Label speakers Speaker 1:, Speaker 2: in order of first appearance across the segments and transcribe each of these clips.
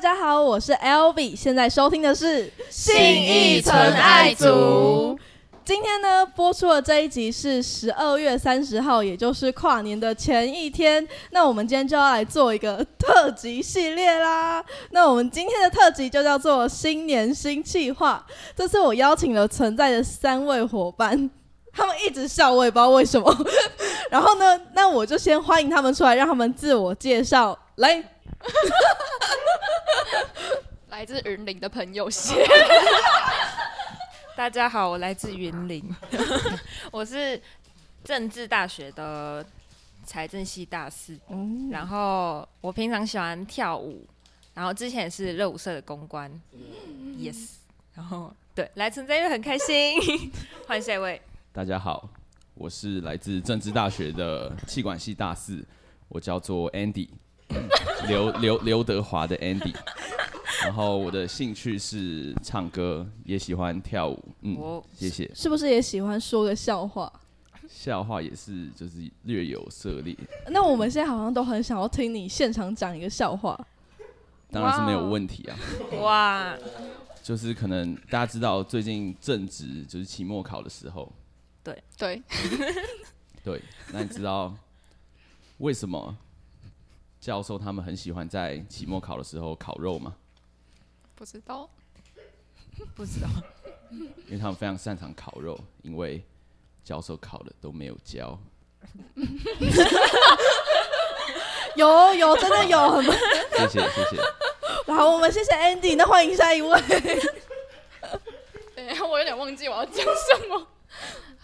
Speaker 1: 家好，我是 L V，现在收听的是《
Speaker 2: 信义纯爱组。
Speaker 1: 今天呢，播出的这一集是十二月三十号，也就是跨年的前一天。那我们今天就要来做一个特辑系列啦。那我们今天的特辑就叫做“新年新计划”。这次我邀请了存在的三位伙伴，他们一直笑，我也不知道为什么。 然后呢，那我就先欢迎他们出来，让他们自我介绍。来，
Speaker 2: 来自云林的朋友写，
Speaker 3: 大家好，我来自云林， 我是政治大学的财政系大四，然后我平常喜欢跳舞，然后之前也是热舞社的公关，yes，然后对，来存在因为很开心， 换下一位，
Speaker 4: 大家好，我是来自政治大学的气管系大四，我叫做 Andy，刘刘刘德华的 Andy。然后我的兴趣是唱歌，也喜欢跳舞。嗯，
Speaker 3: 我
Speaker 4: 谢谢。
Speaker 1: 是不是也喜欢说个笑话？
Speaker 4: 笑话也是，就是略有涉猎，
Speaker 1: 那我们现在好像都很想要听你现场讲一个笑话。
Speaker 4: 当然是没有问题啊。
Speaker 3: 哇，
Speaker 4: 就是可能大家知道，最近正值就是期末考的时候，
Speaker 2: 对，
Speaker 4: 对，那你知道为什么教授他们很喜欢在期末考的时候烤肉吗？
Speaker 2: 不知道，
Speaker 3: 不知道，
Speaker 4: 因为他们非常擅长烤肉，因为教授烤的都没有教。
Speaker 1: 有有，真的有 很棒。
Speaker 4: 谢谢谢谢，
Speaker 1: 好，我们谢谢 Andy，那欢迎下一位。
Speaker 2: 哎、我有点忘记我要讲什么。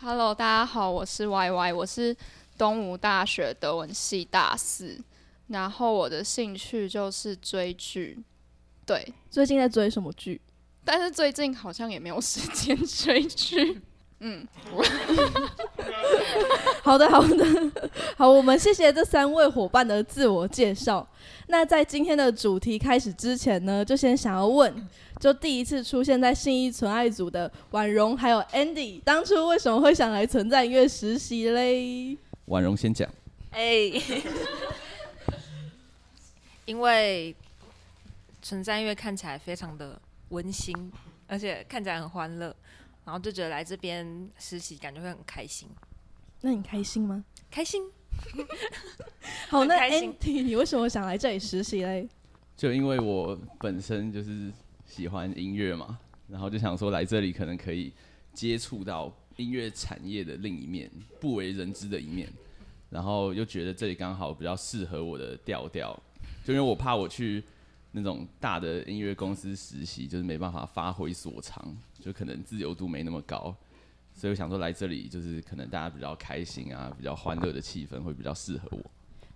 Speaker 2: Hello，大家好，我是 Y Y，我是东吴大学德文系大四，然后我的兴趣就是追剧，对，
Speaker 1: 最近在追什么剧？
Speaker 2: 但是最近好像也没有时间追剧。
Speaker 1: 好的，好的，好，我们谢谢这三位伙伴的自我介绍。那在今天的主题开始之前呢，就先想要问，就第一次出现在信义纯爱组的婉容还有 Andy，当初为什么会想来存在音乐实习嘞？
Speaker 4: 婉容先讲，
Speaker 3: 哎、 因为存在音乐看起来非常的温馨，而且看起来很欢乐，然后就觉得来这边实习感觉会很开心，
Speaker 1: 那你开心吗？
Speaker 3: 开 心。
Speaker 1: 好，那
Speaker 3: 很开心
Speaker 1: Andy，你为什么想来这里实习嘞？
Speaker 4: 就因为我本身就是喜欢音乐嘛，然后就想说来这里可能可以接触到音乐产业的另一面，不为人知的一面，然后又觉得这里刚好比较适合我的调调，就因为我怕我去那种大的音乐公司实习，就是没办法发挥所长，就可能自由度没那么高，所以我想说来这里就是可能大家比较开心啊，比较欢乐的气氛会比较适合我。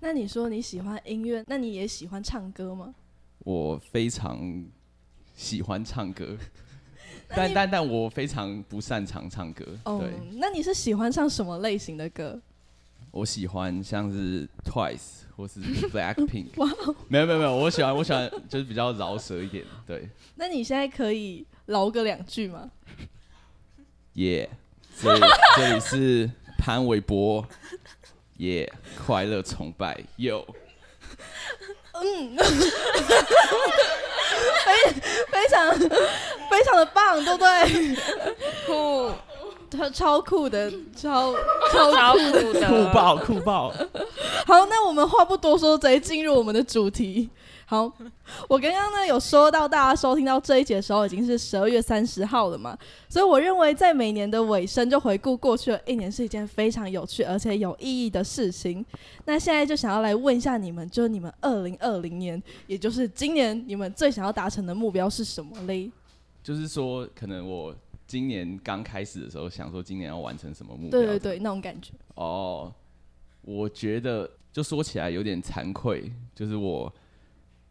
Speaker 1: 那你说你喜欢音乐，那你也喜欢唱歌吗？
Speaker 4: 我非常喜欢唱歌，
Speaker 1: 那
Speaker 4: 但
Speaker 1: 你
Speaker 4: 但但我非常不擅长唱歌。
Speaker 1: 哦
Speaker 4: 对，，
Speaker 1: 那你是喜欢唱什么类型的歌？
Speaker 4: 我喜欢像是 Twice 或是 Blackpink。没
Speaker 1: 哦
Speaker 4: 有没有没有，我喜欢我喜欢就是比较饶舌一点。对，
Speaker 1: 那你现在可以饶个两句吗？
Speaker 4: 耶、这里这里是潘玮柏，耶、快乐崇拜，Yo，
Speaker 1: 非常非常的棒，对不对？
Speaker 3: 酷，
Speaker 1: 超超酷的，超超
Speaker 3: 超酷的，
Speaker 4: 酷爆酷爆！
Speaker 1: 好。那我们话不多说，直接进入我们的主题。好，我刚刚呢有说到，大家收听到这一节的时候已经是十二月三十号了嘛，所以我认为在每年的尾声就回顾过去的一年是一件非常有趣而且有意义的事情。那现在就想要来问一下你们，就是你们二零二零年，也就是今年，你们最想要达成的目标是什么嘞？
Speaker 4: 就是说，可能我今年刚开始的时候想说今年要完成什么目标？
Speaker 1: 对对对，那种感觉。
Speaker 4: 哦，我觉得就说起来有点惭愧，就是我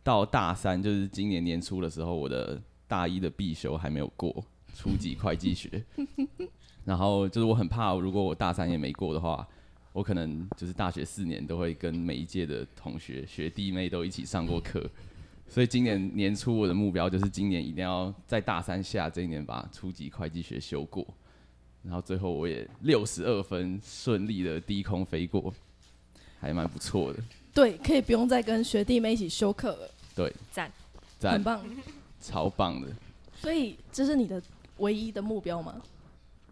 Speaker 4: 到大三，就是今年年初的时候，我的大一的必修还没有过，初级会计学。 然后就是我很怕，如果我大三也没过的话，我可能就是大学四年都会跟每一届的同学、学弟妹都一起上过课。所以今年年初我的目标就是今年一定要在大三下这一年把初级会计学修过。然后最后我也六十二分顺利的低空飞过，还蛮不错的。
Speaker 1: 对，可以不用再跟学弟妹一起修课了。
Speaker 4: 对，
Speaker 3: 赞。
Speaker 1: 很
Speaker 4: 赞，
Speaker 1: 棒。
Speaker 4: 超棒的，
Speaker 1: 所以这是你的唯一的目标吗？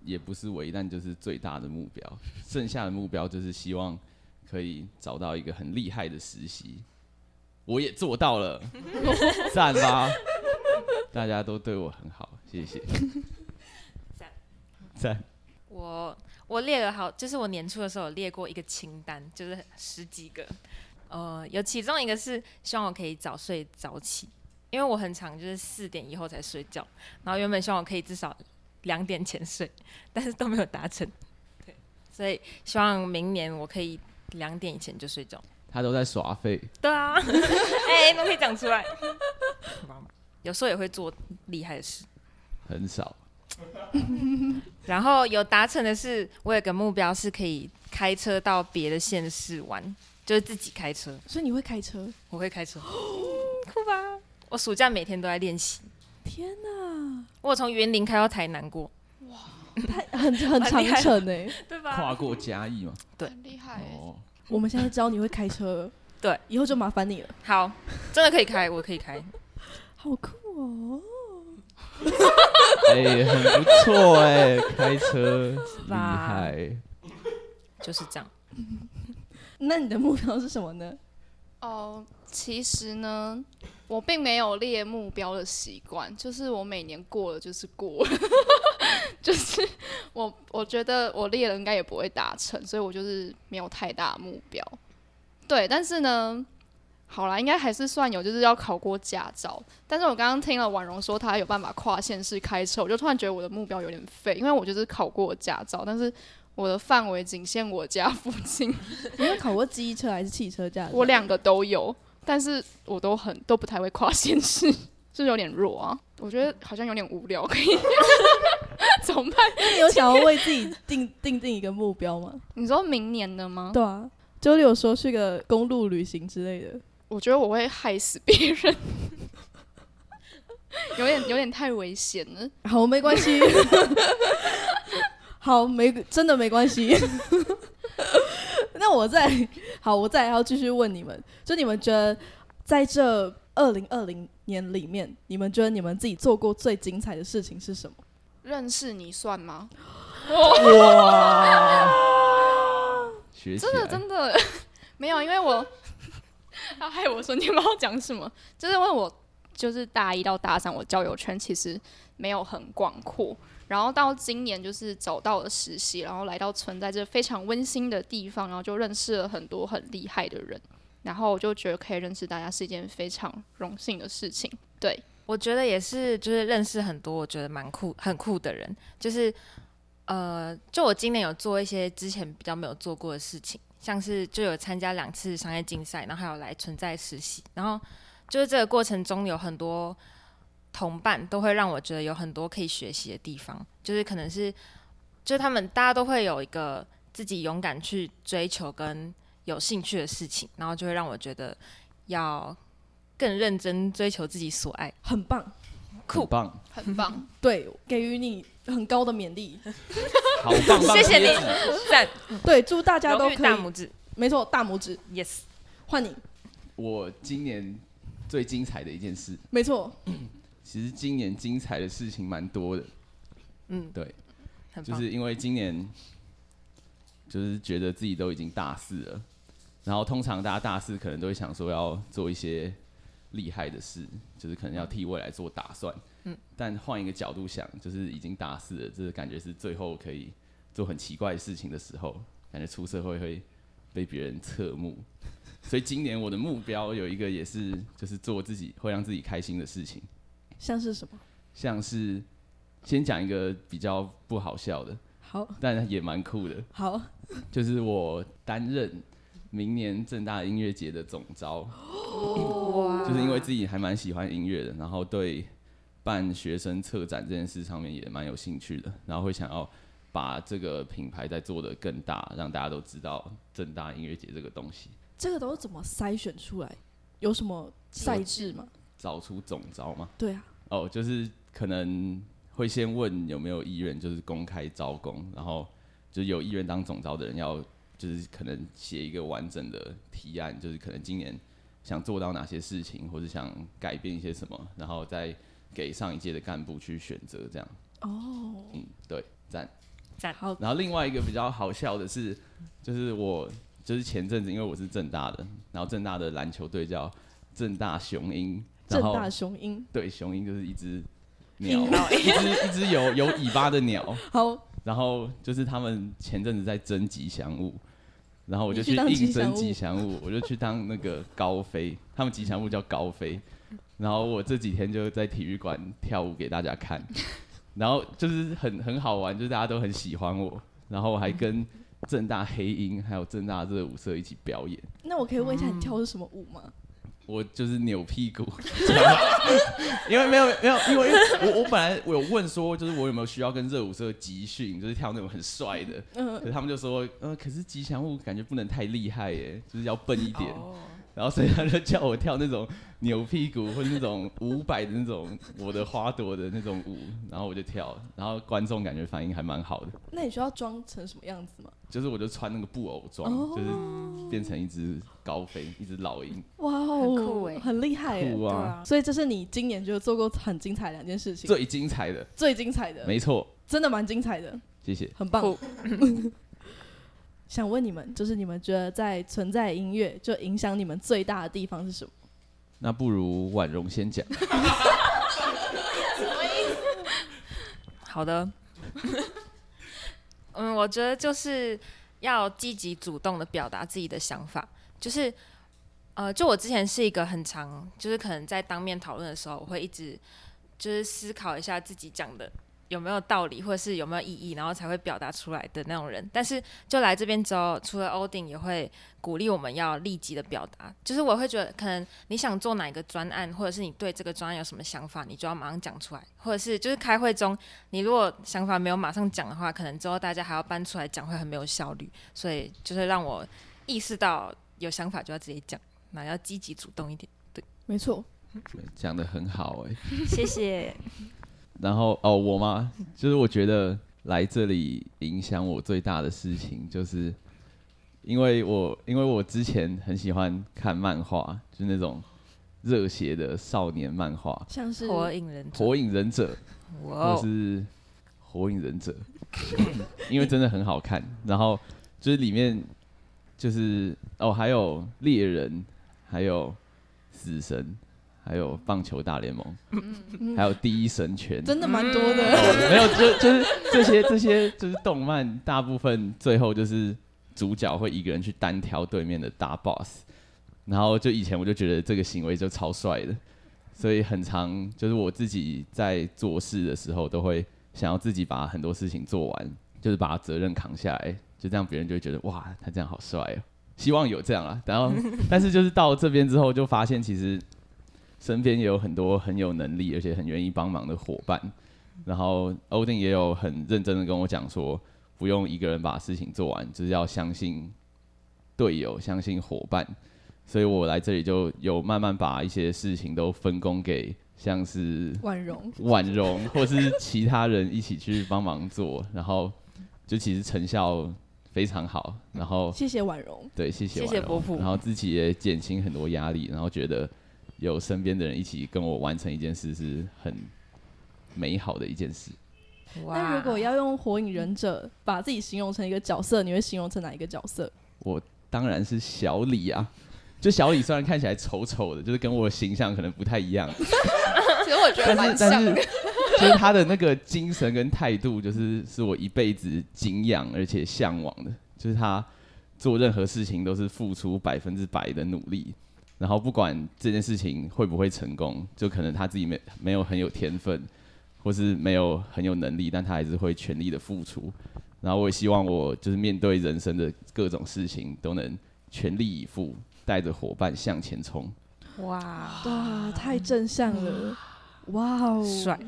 Speaker 4: 也不是唯一，但就是最大的目标。剩下的目标就是希望可以找到一个很厉害的实习，我也做到 了，赞吧！大家都对我很好，谢谢。
Speaker 3: 赞
Speaker 4: 赞，
Speaker 3: 我我列了好，就是我年初的时候有列过一个清单，就是十几个，呃，有其中一个是希望我可以早睡早起，因为我很常就是四点以后才睡觉，然后原本希望我可以至少两点前睡， 但是都没有达成，对，所以希望明年我可以两点以前就睡觉。
Speaker 4: 他都在耍废，
Speaker 3: 对啊， 哎、都可以讲出来。有时候也会做厉害的事。
Speaker 4: 很少。
Speaker 3: 然后有达成的是，我有个目标是可以开车到别的县市玩，就是自己开车。
Speaker 1: 所以你会开车？
Speaker 3: 我会开车， 酷吧？我暑假每天都在练习。
Speaker 1: 天哪，
Speaker 3: 我有从云林开到台南过，
Speaker 1: 太哎很很长程哎、
Speaker 3: 对
Speaker 4: 跨
Speaker 3: 吧？
Speaker 4: 过嘉义嘛？
Speaker 3: 对
Speaker 2: 很厉害欸。
Speaker 4: 哦，
Speaker 1: 我们现在教你会开车 了，
Speaker 3: 对，
Speaker 1: 以后就麻烦你了。
Speaker 3: 好，真的可以开，我可以开。
Speaker 1: 好酷哦！
Speaker 4: 哎、很不错哎、开车厉
Speaker 3: 吧
Speaker 4: 害。
Speaker 3: 就是这样，
Speaker 1: 那你的目标是什么呢？
Speaker 2: 哦，其实呢，我并没有列目标的习惯，就是我每年过了就是过了， 就是我我觉得我列了应该也不会达成，所以我就是没有太大的目标。对，但是呢，好啦，应该还是算有，就是要考过驾照。但是我刚刚听了婉容说她有办法跨县市开车，我就突然觉得我的目标有点废，因为我就是考过驾照，但是我的范围仅限我家附近。
Speaker 1: 你有考过机车还是汽车驾照？
Speaker 2: 我两个都有，但是我都很都不太会跨县市，是有点弱啊。我觉得好像有点无聊，可以 怎么办？
Speaker 1: 那你有想要为自己定定定一个目标 吗？
Speaker 2: 你说明年的吗？
Speaker 1: 对啊，就例如说去个公路旅行之类的。
Speaker 2: 我觉得我会害死别人，有点有点太危险了。
Speaker 1: 好，没关系。 好，没真的没关系。 那我再好，我再要继续问你们，就你们觉得在这二零二零年里面，你们觉得你们自己做过最精彩的事情是什么？
Speaker 2: 认识你算吗？
Speaker 4: 学起
Speaker 2: 真的
Speaker 4: 来，
Speaker 2: 真的没有，因为 我他害我瞬间不知道讲什么，就是因为我就是大一到大三，我交友圈其实没有很广阔。然后到今年就是找到了实习，然后来到存在这非常温馨的地方，然后就认识了很多很厉害的人，然后我就觉得可以认识大家是一件非常荣幸的事情。对，
Speaker 3: 我觉得也是，就是认识很多我觉得蛮酷、很酷的人，就是呃，就我今年有做一些之前比较没有做过的事情，像是就有参加两次商业竞赛，然后还有来存在实习，然后就是这个过程中有很多同伴都会让我觉得有很多可以学习的地方，就是可能是就是他们大家都会有一个自己勇敢去追求跟有兴趣的事情，然后就会让我觉得要更认真追求自己所爱。
Speaker 1: 很棒，
Speaker 3: 酷
Speaker 4: 很棒，
Speaker 2: 很 棒，
Speaker 1: 对，给予你很高的勉 励。
Speaker 4: 好棒棒，
Speaker 3: 谢谢你
Speaker 4: 贴纸，
Speaker 3: 赞，
Speaker 1: 对，祝大家都
Speaker 3: 荣
Speaker 1: 可
Speaker 3: 誉大
Speaker 1: 以，
Speaker 3: 拇指
Speaker 1: 没错，大拇指
Speaker 3: ，yes，
Speaker 1: 换你，
Speaker 4: 我今年最精彩的一件事，
Speaker 1: 没错，
Speaker 4: 其实今年精彩的事情蛮多的，
Speaker 3: 嗯，
Speaker 4: 对，
Speaker 3: 很
Speaker 4: 就
Speaker 3: 棒，
Speaker 4: 是因为今年就是觉得自己都已经大四了，然后通常大家大四可能都会想说要做一些厉害的事，就是可能要替未来做打算。嗯，但换一个角度想，就是已经大四了，就是感觉是最后可以做很奇怪的事情的时候，感觉出社会会被别人侧目。 所以今年我的目标有一个也是，就是做自己会让自己开心的事情。
Speaker 1: 像是什么？
Speaker 4: 像是先讲一个比较不好笑的，
Speaker 1: 好
Speaker 4: 但也蛮酷的，
Speaker 1: 好，
Speaker 4: 就是我担任明年正大音乐节的总招，
Speaker 3: 哇
Speaker 4: 就是因为自己还蛮喜欢音乐的，然后对办学生策展这件事上面也蛮有兴趣的，然后会想要把这个品牌再做得更大，让大家都知道正大音乐节这个东西，
Speaker 1: 这个都是怎么筛选出来？有什么赛制吗？
Speaker 4: 找出总招嘛。
Speaker 1: 对啊，
Speaker 4: 哦，就是可能会先问有没有意愿，就是公开招工，然后就是有意愿当总招的人要，就是可能写一个完整的提案，就是可能今年想做到哪些事情，或是想改变一些什么，然后再给上一届的干部去选择这样。
Speaker 1: 哦，
Speaker 4: 嗯，对，赞。
Speaker 1: 好，
Speaker 4: 然后另外一个比较好笑的是，就是我就是前阵子因为我是正大的，然后正大的篮球队叫正大雄鹰，
Speaker 1: 正
Speaker 4: 然后
Speaker 1: 大雄鹰，
Speaker 4: 对雄鹰就是一 只鸟，一只一只有有尾巴的鸟。
Speaker 1: 好，
Speaker 4: 然后就是他们前阵子在争吉祥物，然后我就
Speaker 1: 你去当吉
Speaker 4: 应
Speaker 1: 祥
Speaker 4: 征
Speaker 1: 物
Speaker 4: 吉祥物，我就去当那个高飞，他们吉祥物叫高飞。然后我这几天就在体育馆跳舞给大家看，然后就是很很好玩，就是大家都很喜欢我，然后我还跟正大黑鹰还有正大热舞社一起表演，
Speaker 1: 那我可以问一下你跳的是什么舞吗？
Speaker 4: 我就是扭屁股， 因为没有没有，因为我我本来我有问说，就是我有没有需要跟热舞社集训，就是跳那种很帅的，可
Speaker 1: 嗯，
Speaker 4: 是他们就说，呃，可是吉祥物感觉不能太厉害耶，就是要笨一点。
Speaker 3: 哦，
Speaker 4: 然后所以他就叫我跳那种扭屁股或者那种五百的那种我的花朵的那种舞，然后我就跳，然后观众感觉反应还蛮好的，
Speaker 1: 那你需要装成什么样子吗？
Speaker 4: 就是我就穿那个布偶装，
Speaker 1: 哦
Speaker 4: 就是变成一只高飞，一只老鹰，
Speaker 1: 哇
Speaker 3: 很酷
Speaker 1: 哦
Speaker 3: 欸，
Speaker 1: 很厉害耶！
Speaker 4: 酷
Speaker 3: 对
Speaker 4: 啊，
Speaker 3: 啊，
Speaker 1: 所以这是你今年就做过很精彩的两件事情，
Speaker 4: 最精彩的，
Speaker 1: 最精彩的，
Speaker 4: 没错，
Speaker 1: 真的蛮精彩的，
Speaker 4: 谢谢。
Speaker 1: 很棒
Speaker 2: 酷。
Speaker 1: 想问你们，就是你们觉得在存在音乐就影响你们最大的地方是什么？
Speaker 4: 那不如婉容先讲，
Speaker 3: 好的。 嗯，我觉得就是要积极主动的表达自己的想法，就是呃，就我之前是一个很常，就是可能在当面讨论的时候，我会一直就是思考一下自己讲的有没有道理，或者是有没有意义，然后才会表达出来的那种人。但是就来这边之后，除了欧丁也会鼓励我们要立即的表达，就是我会觉得可能你想做哪一个专案，或者是你对这个专案有什么想法，你就要马上讲出来，或者是就是开会中你如果想法没有马上讲的话，可能之后大家还要搬出来讲，会很没有效率。所以就是让我意识到有想法就要直接讲，那要积极主动一点。
Speaker 1: 没错，
Speaker 4: 讲的很好哎、
Speaker 3: 谢谢。
Speaker 4: 然后哦，我吗？就是我觉得来这里影响我最大的事情，就是因为我因为我之前很喜欢看漫画，就是那种热血的少年漫画，
Speaker 1: 像是
Speaker 3: 火影忍
Speaker 4: 《
Speaker 3: 者，
Speaker 4: 火影忍者》
Speaker 3: 哇
Speaker 4: 或
Speaker 3: 哦，
Speaker 4: 是《火影忍者》 因为真的很好看。然后就是里面就是哦，还有猎人，还有死神，还有棒球大联盟，
Speaker 1: 嗯
Speaker 4: 还有第一神拳，
Speaker 1: 真的蛮多的，
Speaker 4: 哦 没有，就就是这些这些就是动漫，大部分最后就是主角会一个人去单挑对面的大 boss，然后就以前我就觉得这个行为就超帅的，所以很常就是我自己在做事的时候都会想要自己把很多事情做完，就是把责任扛下来，就这样别人就会觉得哇，他这样好帅哦。希望有这样啦，然后但是就是到这边之后就发现，其实身边也有很多很有能力而且很愿意帮忙的伙伴，然后欧丁也有很认真的跟我讲说，不用一个人把事情做完，就是要相信队友，相信伙伴。所以我来这里就有慢慢把一些事情都分工给像是
Speaker 1: 婉容，
Speaker 4: 婉容 或是其他人一起去帮忙做，然后就其实成效非常好。然后
Speaker 1: 谢谢婉容，
Speaker 4: 对，谢
Speaker 3: 谢
Speaker 4: 谢婉
Speaker 3: 谢
Speaker 4: 容，
Speaker 3: 伯父
Speaker 4: 然后自己也减轻很多压力，然后觉得有身边的人一起跟我完成一件事是很美好的一件事。
Speaker 1: 那
Speaker 3: 哦
Speaker 1: 如果要用火影忍者把自己形容成一个角色，你会形容成哪一个角色？
Speaker 4: 我当然是小李啊。就小李虽然看起来丑丑的，就是跟我形象可能不太一样，
Speaker 2: 其实我觉得
Speaker 4: 但是
Speaker 2: 蛮
Speaker 4: 但
Speaker 2: 像
Speaker 4: 是
Speaker 2: 的，
Speaker 4: 就是他的那个精神跟态度，就是是我一辈子敬仰而且向往的。就是他做任何事情都是付出百分之百的努力，然后不管这件事情会不会成功，就可能他自己没没有很有天分，或是没有很有能力，但他还是会全力的付出。然后我也希望我就是面对人生的各种事情都能全力以赴，带着伙伴向前冲。
Speaker 3: 哇，
Speaker 1: 哇，太正向了，哇哦，
Speaker 3: 帅！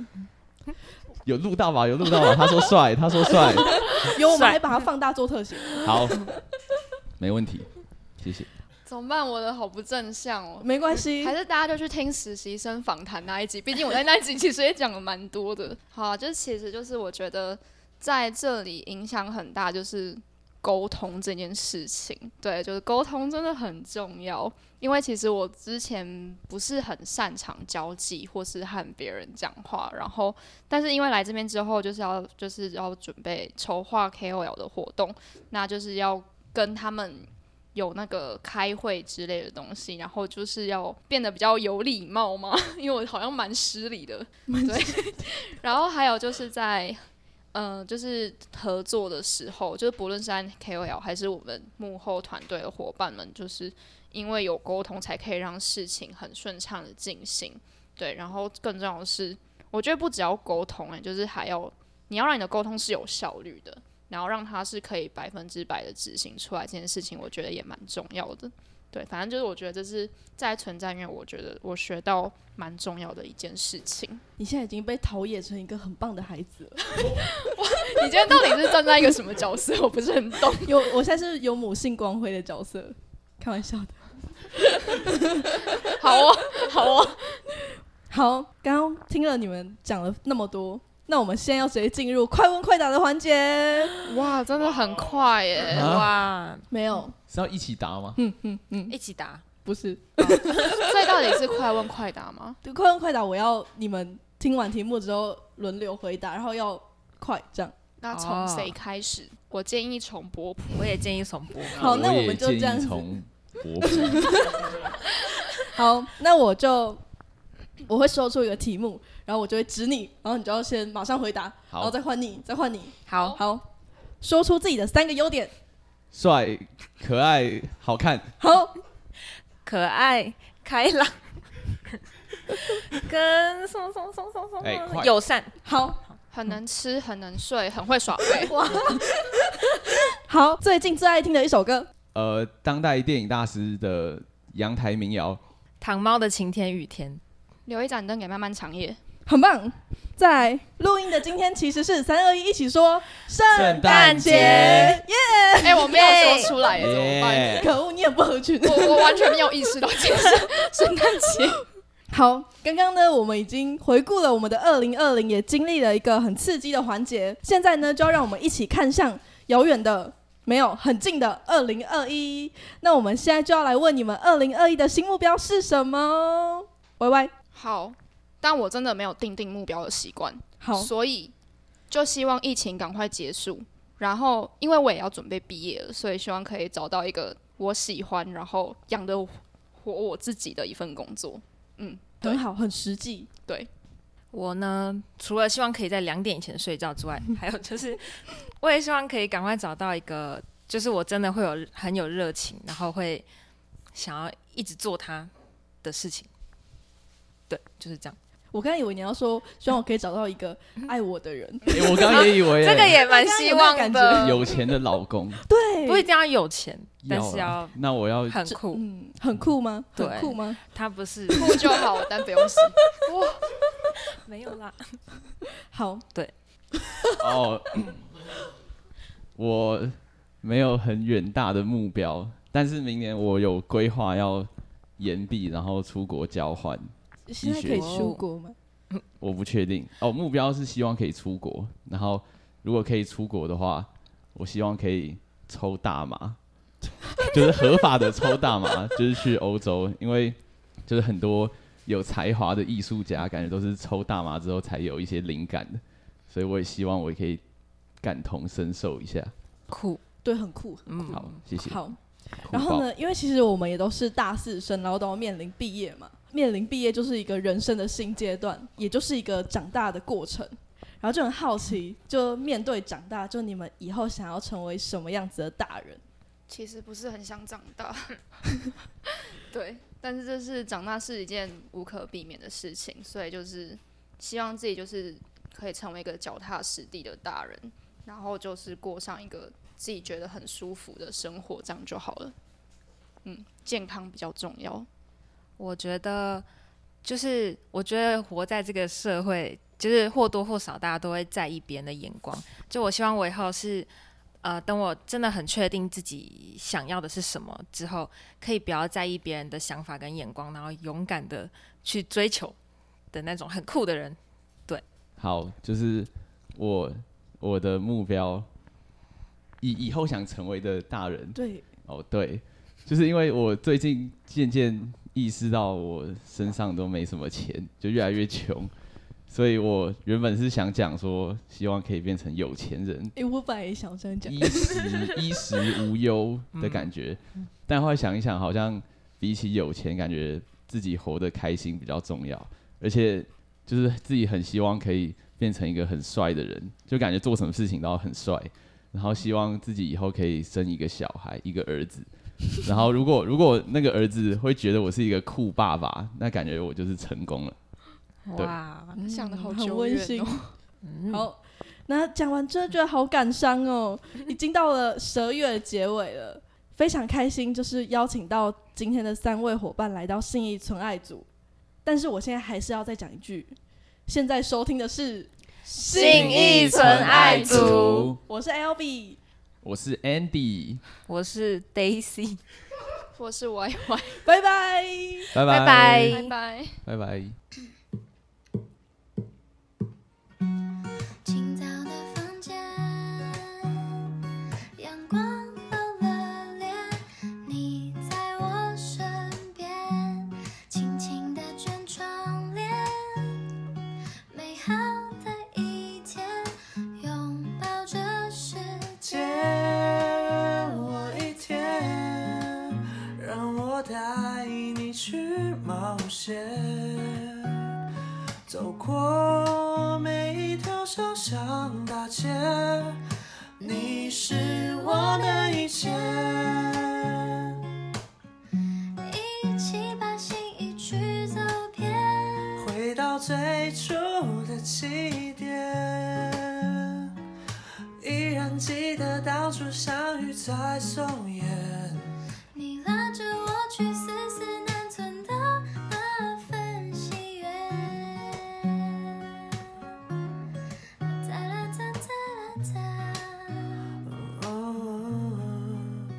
Speaker 4: 有录到吧？有录到吧？他说帅，他说帅，
Speaker 1: 有我们
Speaker 3: 帅
Speaker 1: 还把它放大做特写，
Speaker 4: 好，没问题，谢谢。
Speaker 2: 怎么办？我的好不正向哦。
Speaker 1: 没关系
Speaker 2: 还，是大家就去听实习生访谈那一集，毕竟我在那一集其实也讲了蛮 多的。好啊、就是其实就是我觉得在这里影响很大，就是沟通这件事情。对，就是沟通真的很重要，因为其实我之前不是很擅长交际，或是和别人讲话，然后但是因为来这边之后，就是要就是要准备筹划 KOL 的活动，那就是要跟他们。有那个开会之类的东西，然后就是要变得比较有礼貌嘛， 因为我好像蛮失礼的，对。 然后还有就是在，嗯、就是合作的时候，就是不论是按 KOL 还是我们幕后团队的伙伴们，就是因为有沟通，才可以让事情很顺畅的进行。对，然后更重要的是，我觉得不只要沟通、欸，就是还要你要让你的沟通是有效率的，然后让它是可以百分之百的执行出来这件事情，我觉得也蛮重要的。对，反正就是我觉得这是在存在面，我觉得我学到蛮重要的一件事情。
Speaker 1: 你现在已经被陶冶成一个很棒的孩子了。
Speaker 2: 你今天到底是站在一个什么角色？我不是很懂。
Speaker 1: 有，我现在是有母性光辉的角色，开玩笑的。
Speaker 2: 好哦，好哦。
Speaker 1: 好，刚刚听了你们讲了那么多，那我们现在要直接进入快问快答的环节。
Speaker 2: 哇，真的很快耶！
Speaker 3: 哇，
Speaker 1: 没有，
Speaker 4: 是要一起答吗？
Speaker 1: 嗯
Speaker 3: 一起打，
Speaker 1: 不是，
Speaker 2: 所以到底是快问快答 吗？
Speaker 1: 快问快答，我要你们听完题目之后轮流回答，然后要快这样。
Speaker 2: 那从谁开始？我建议从波普。
Speaker 3: 我也建议重播。
Speaker 1: 好那我
Speaker 4: 也
Speaker 1: 们就
Speaker 4: 建议
Speaker 1: 这样子
Speaker 4: 从博普
Speaker 1: 好，那我就我会说出一个题目，然后我就会指你，然后你就要先马上回答，
Speaker 4: 好
Speaker 1: 然后再换你，再换你。
Speaker 3: 好，
Speaker 1: 好，说出自己的三个优点。
Speaker 4: 帅、可爱、好看，
Speaker 1: 好，
Speaker 3: 可爱、开朗，跟什么什么什么什么什
Speaker 4: 哎
Speaker 3: 么
Speaker 4: 快
Speaker 3: 友善，
Speaker 1: 好，
Speaker 2: 很能吃，很能睡，很会耍 废。
Speaker 1: 哇，好，最近最爱听的一首歌。
Speaker 4: 呃，当代电影大师的阳台 民谣，
Speaker 3: 糖猫的晴天雨天，
Speaker 2: 留一盏灯给漫漫长夜。
Speaker 1: 很棒。在录音的今天其实是三二一一起说圣
Speaker 4: 诞
Speaker 1: 节，
Speaker 4: 节
Speaker 1: 耶！
Speaker 2: 哎，我没有说出来，怎么办？
Speaker 4: 耶！
Speaker 1: 可恶，你很不合群。
Speaker 2: 我我完全没有意识到这件事。圣诞节，
Speaker 1: 好，刚刚呢，我们已经回顾了我们的二零二零，也经历了一个很刺激的环节。现在呢，就要让我们一起看向遥远的。没有很近的二零二一，那我们现在就要来问你们二零二一的新目标是什么？歪歪，
Speaker 2: 好，但我真的没有定定目标的习惯。
Speaker 1: 好，
Speaker 2: 所以就希望疫情赶快结束。然后，因为我也要准备毕业了，所以希望可以找到一个我喜欢，然后养得活我自己的一份工作。
Speaker 1: 很好，很实际。
Speaker 3: 我呢，除了希望可以在两点以前睡觉之外，还有就是，我也希望可以赶快找到一个，就是我真的会有很有热情，然后会想要一直做它的事情。对，就是这样。
Speaker 1: 我刚才以为你要说，希望我可以找到一个
Speaker 3: 嗯
Speaker 1: 爱我的人，
Speaker 4: 诶哎我刚刚也以为
Speaker 3: 这个
Speaker 4: 诶
Speaker 3: 也蛮希望的，
Speaker 4: 有钱的老公，
Speaker 1: 对，
Speaker 3: 不一定要有钱，但
Speaker 4: 要
Speaker 3: 是
Speaker 4: 啦
Speaker 3: 要
Speaker 4: 那 我要
Speaker 3: 很酷。
Speaker 1: 嗯，很酷吗？
Speaker 3: 对
Speaker 1: 很酷吗？
Speaker 3: 它不是
Speaker 2: 酷就好，但不用洗。
Speaker 3: 没有啦，
Speaker 1: 好，
Speaker 4: 哦， 我没有很远大的目标，但是明年我有规划要延毕，然后出国交换。
Speaker 1: 现在可以出国吗？
Speaker 4: 我不确定哦，目标是希望可以出国，然后如果可以出国的话，我希望可以抽大麻， 就是合法的抽大麻， 就是去欧洲，因为就是很多有才华的艺术家，感觉都是抽大麻之后才有一些灵感的，所以我也希望我也可以感同身受一下。
Speaker 3: 酷。
Speaker 1: 对，很酷。
Speaker 3: 嗯，
Speaker 4: 好，谢谢。
Speaker 1: 好，
Speaker 4: 酷
Speaker 1: 然后
Speaker 4: 爆？
Speaker 1: 呢？因为其实我们也都是大四生，然后都要面临毕业嘛。面临毕业就是一个人生的新阶段，也就是一个长大的过程。然后就很好奇，就面对长大，就你们以后想要成为什么样子的大人？
Speaker 2: 其实不是很想长大，对，但是这是长大是一件无可避免的事情，所以就是希望自己就是可以成为一个脚踏实地的大人，然后就是过上一个自己觉得很舒服的生活，这样就好了。嗯，健康比较重要。
Speaker 3: 我觉得就是，我觉得活在这个社会，就是或多或少大家都会在意别人的眼光。就我希望我以后是，呃，等我真的很确定自己想要的是什么之后，可以不要在意别人的想法跟眼光，然后勇敢的去追求的那种很酷的人。
Speaker 4: 好，就是我我的目标以以后想成为的大人。
Speaker 1: 对，
Speaker 4: 哦，对，就是因为我最近渐渐意识到我身上都没什么钱，就越来越穷，所以我原本是想讲说，希望可以变成有钱人，
Speaker 1: 哎，我本来也想这样嗯讲，
Speaker 4: 衣食衣食 无忧的感觉。但后来想一想，好像比起有钱，感觉自己活得开心比较重要，而且就是自己很希望可以变成一个很帅的人，就感觉做什么事情都要很帅。然后希望自己以后可以生一个小孩，一个儿子。然后如果如果那个儿子会觉得我是一个酷爸爸，那感觉我就是成功了。对
Speaker 3: 哇，
Speaker 1: 嗯
Speaker 2: 想得好
Speaker 1: 很
Speaker 2: 久
Speaker 1: 温
Speaker 2: 远
Speaker 1: 馨
Speaker 2: 哦。
Speaker 3: 嗯
Speaker 1: 好，那讲完真的觉得好感伤哦，已经到了十二月的结尾了，非常开心，就是邀请到今天的三位伙伴来到信义纯爱组，但是我现在还是要再讲一句，现在收听的是
Speaker 3: 信义纯爱组，
Speaker 1: 我是 L B，
Speaker 4: 我是 Andy，
Speaker 3: 我是 Daisy，
Speaker 2: 我是 Y Y，
Speaker 1: 拜拜。
Speaker 3: 拜
Speaker 4: 拜拜
Speaker 2: 拜拜。
Speaker 4: 拜拜。
Speaker 5: 清早的房间，阳光露了脸，你在我身边，轻轻地卷窗帘，美好的一天，拥抱这世
Speaker 6: 借
Speaker 5: 界。
Speaker 6: 我一天，让我带你去冒险，走过每一条小巷大街，你是我的一切。
Speaker 5: 一起把心意去走遍，
Speaker 6: 回到最初的起点，依然记得当初相遇在松烟，
Speaker 5: 你拉着我去丝丝难存的那份喜悦。哒啦哒哒啦哒，
Speaker 6: Oh, 嗯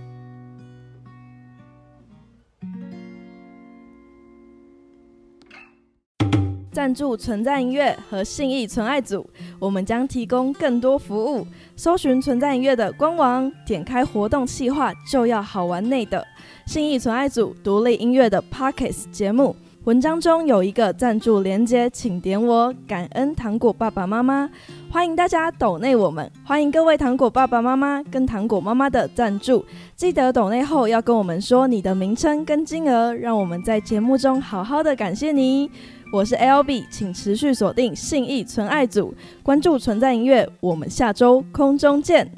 Speaker 1: 赞助存在音乐和信义存爱组，我们将提供更多服务。搜寻存在音乐的官网，点开活动企划就要好玩内的信义存爱组独立音乐的 Pockets 节目。文章中有一个赞助连接，请点我。感恩糖果爸爸妈妈，欢迎大家抖内我们，欢迎各位糖果爸爸妈妈跟糖果妈妈的赞助。记得抖内后要跟我们说你的名称跟金额，让我们在节目中好好的感谢你。我是 L B，请持续锁定信义纯爱组，关注存在音乐，我们下周空中见。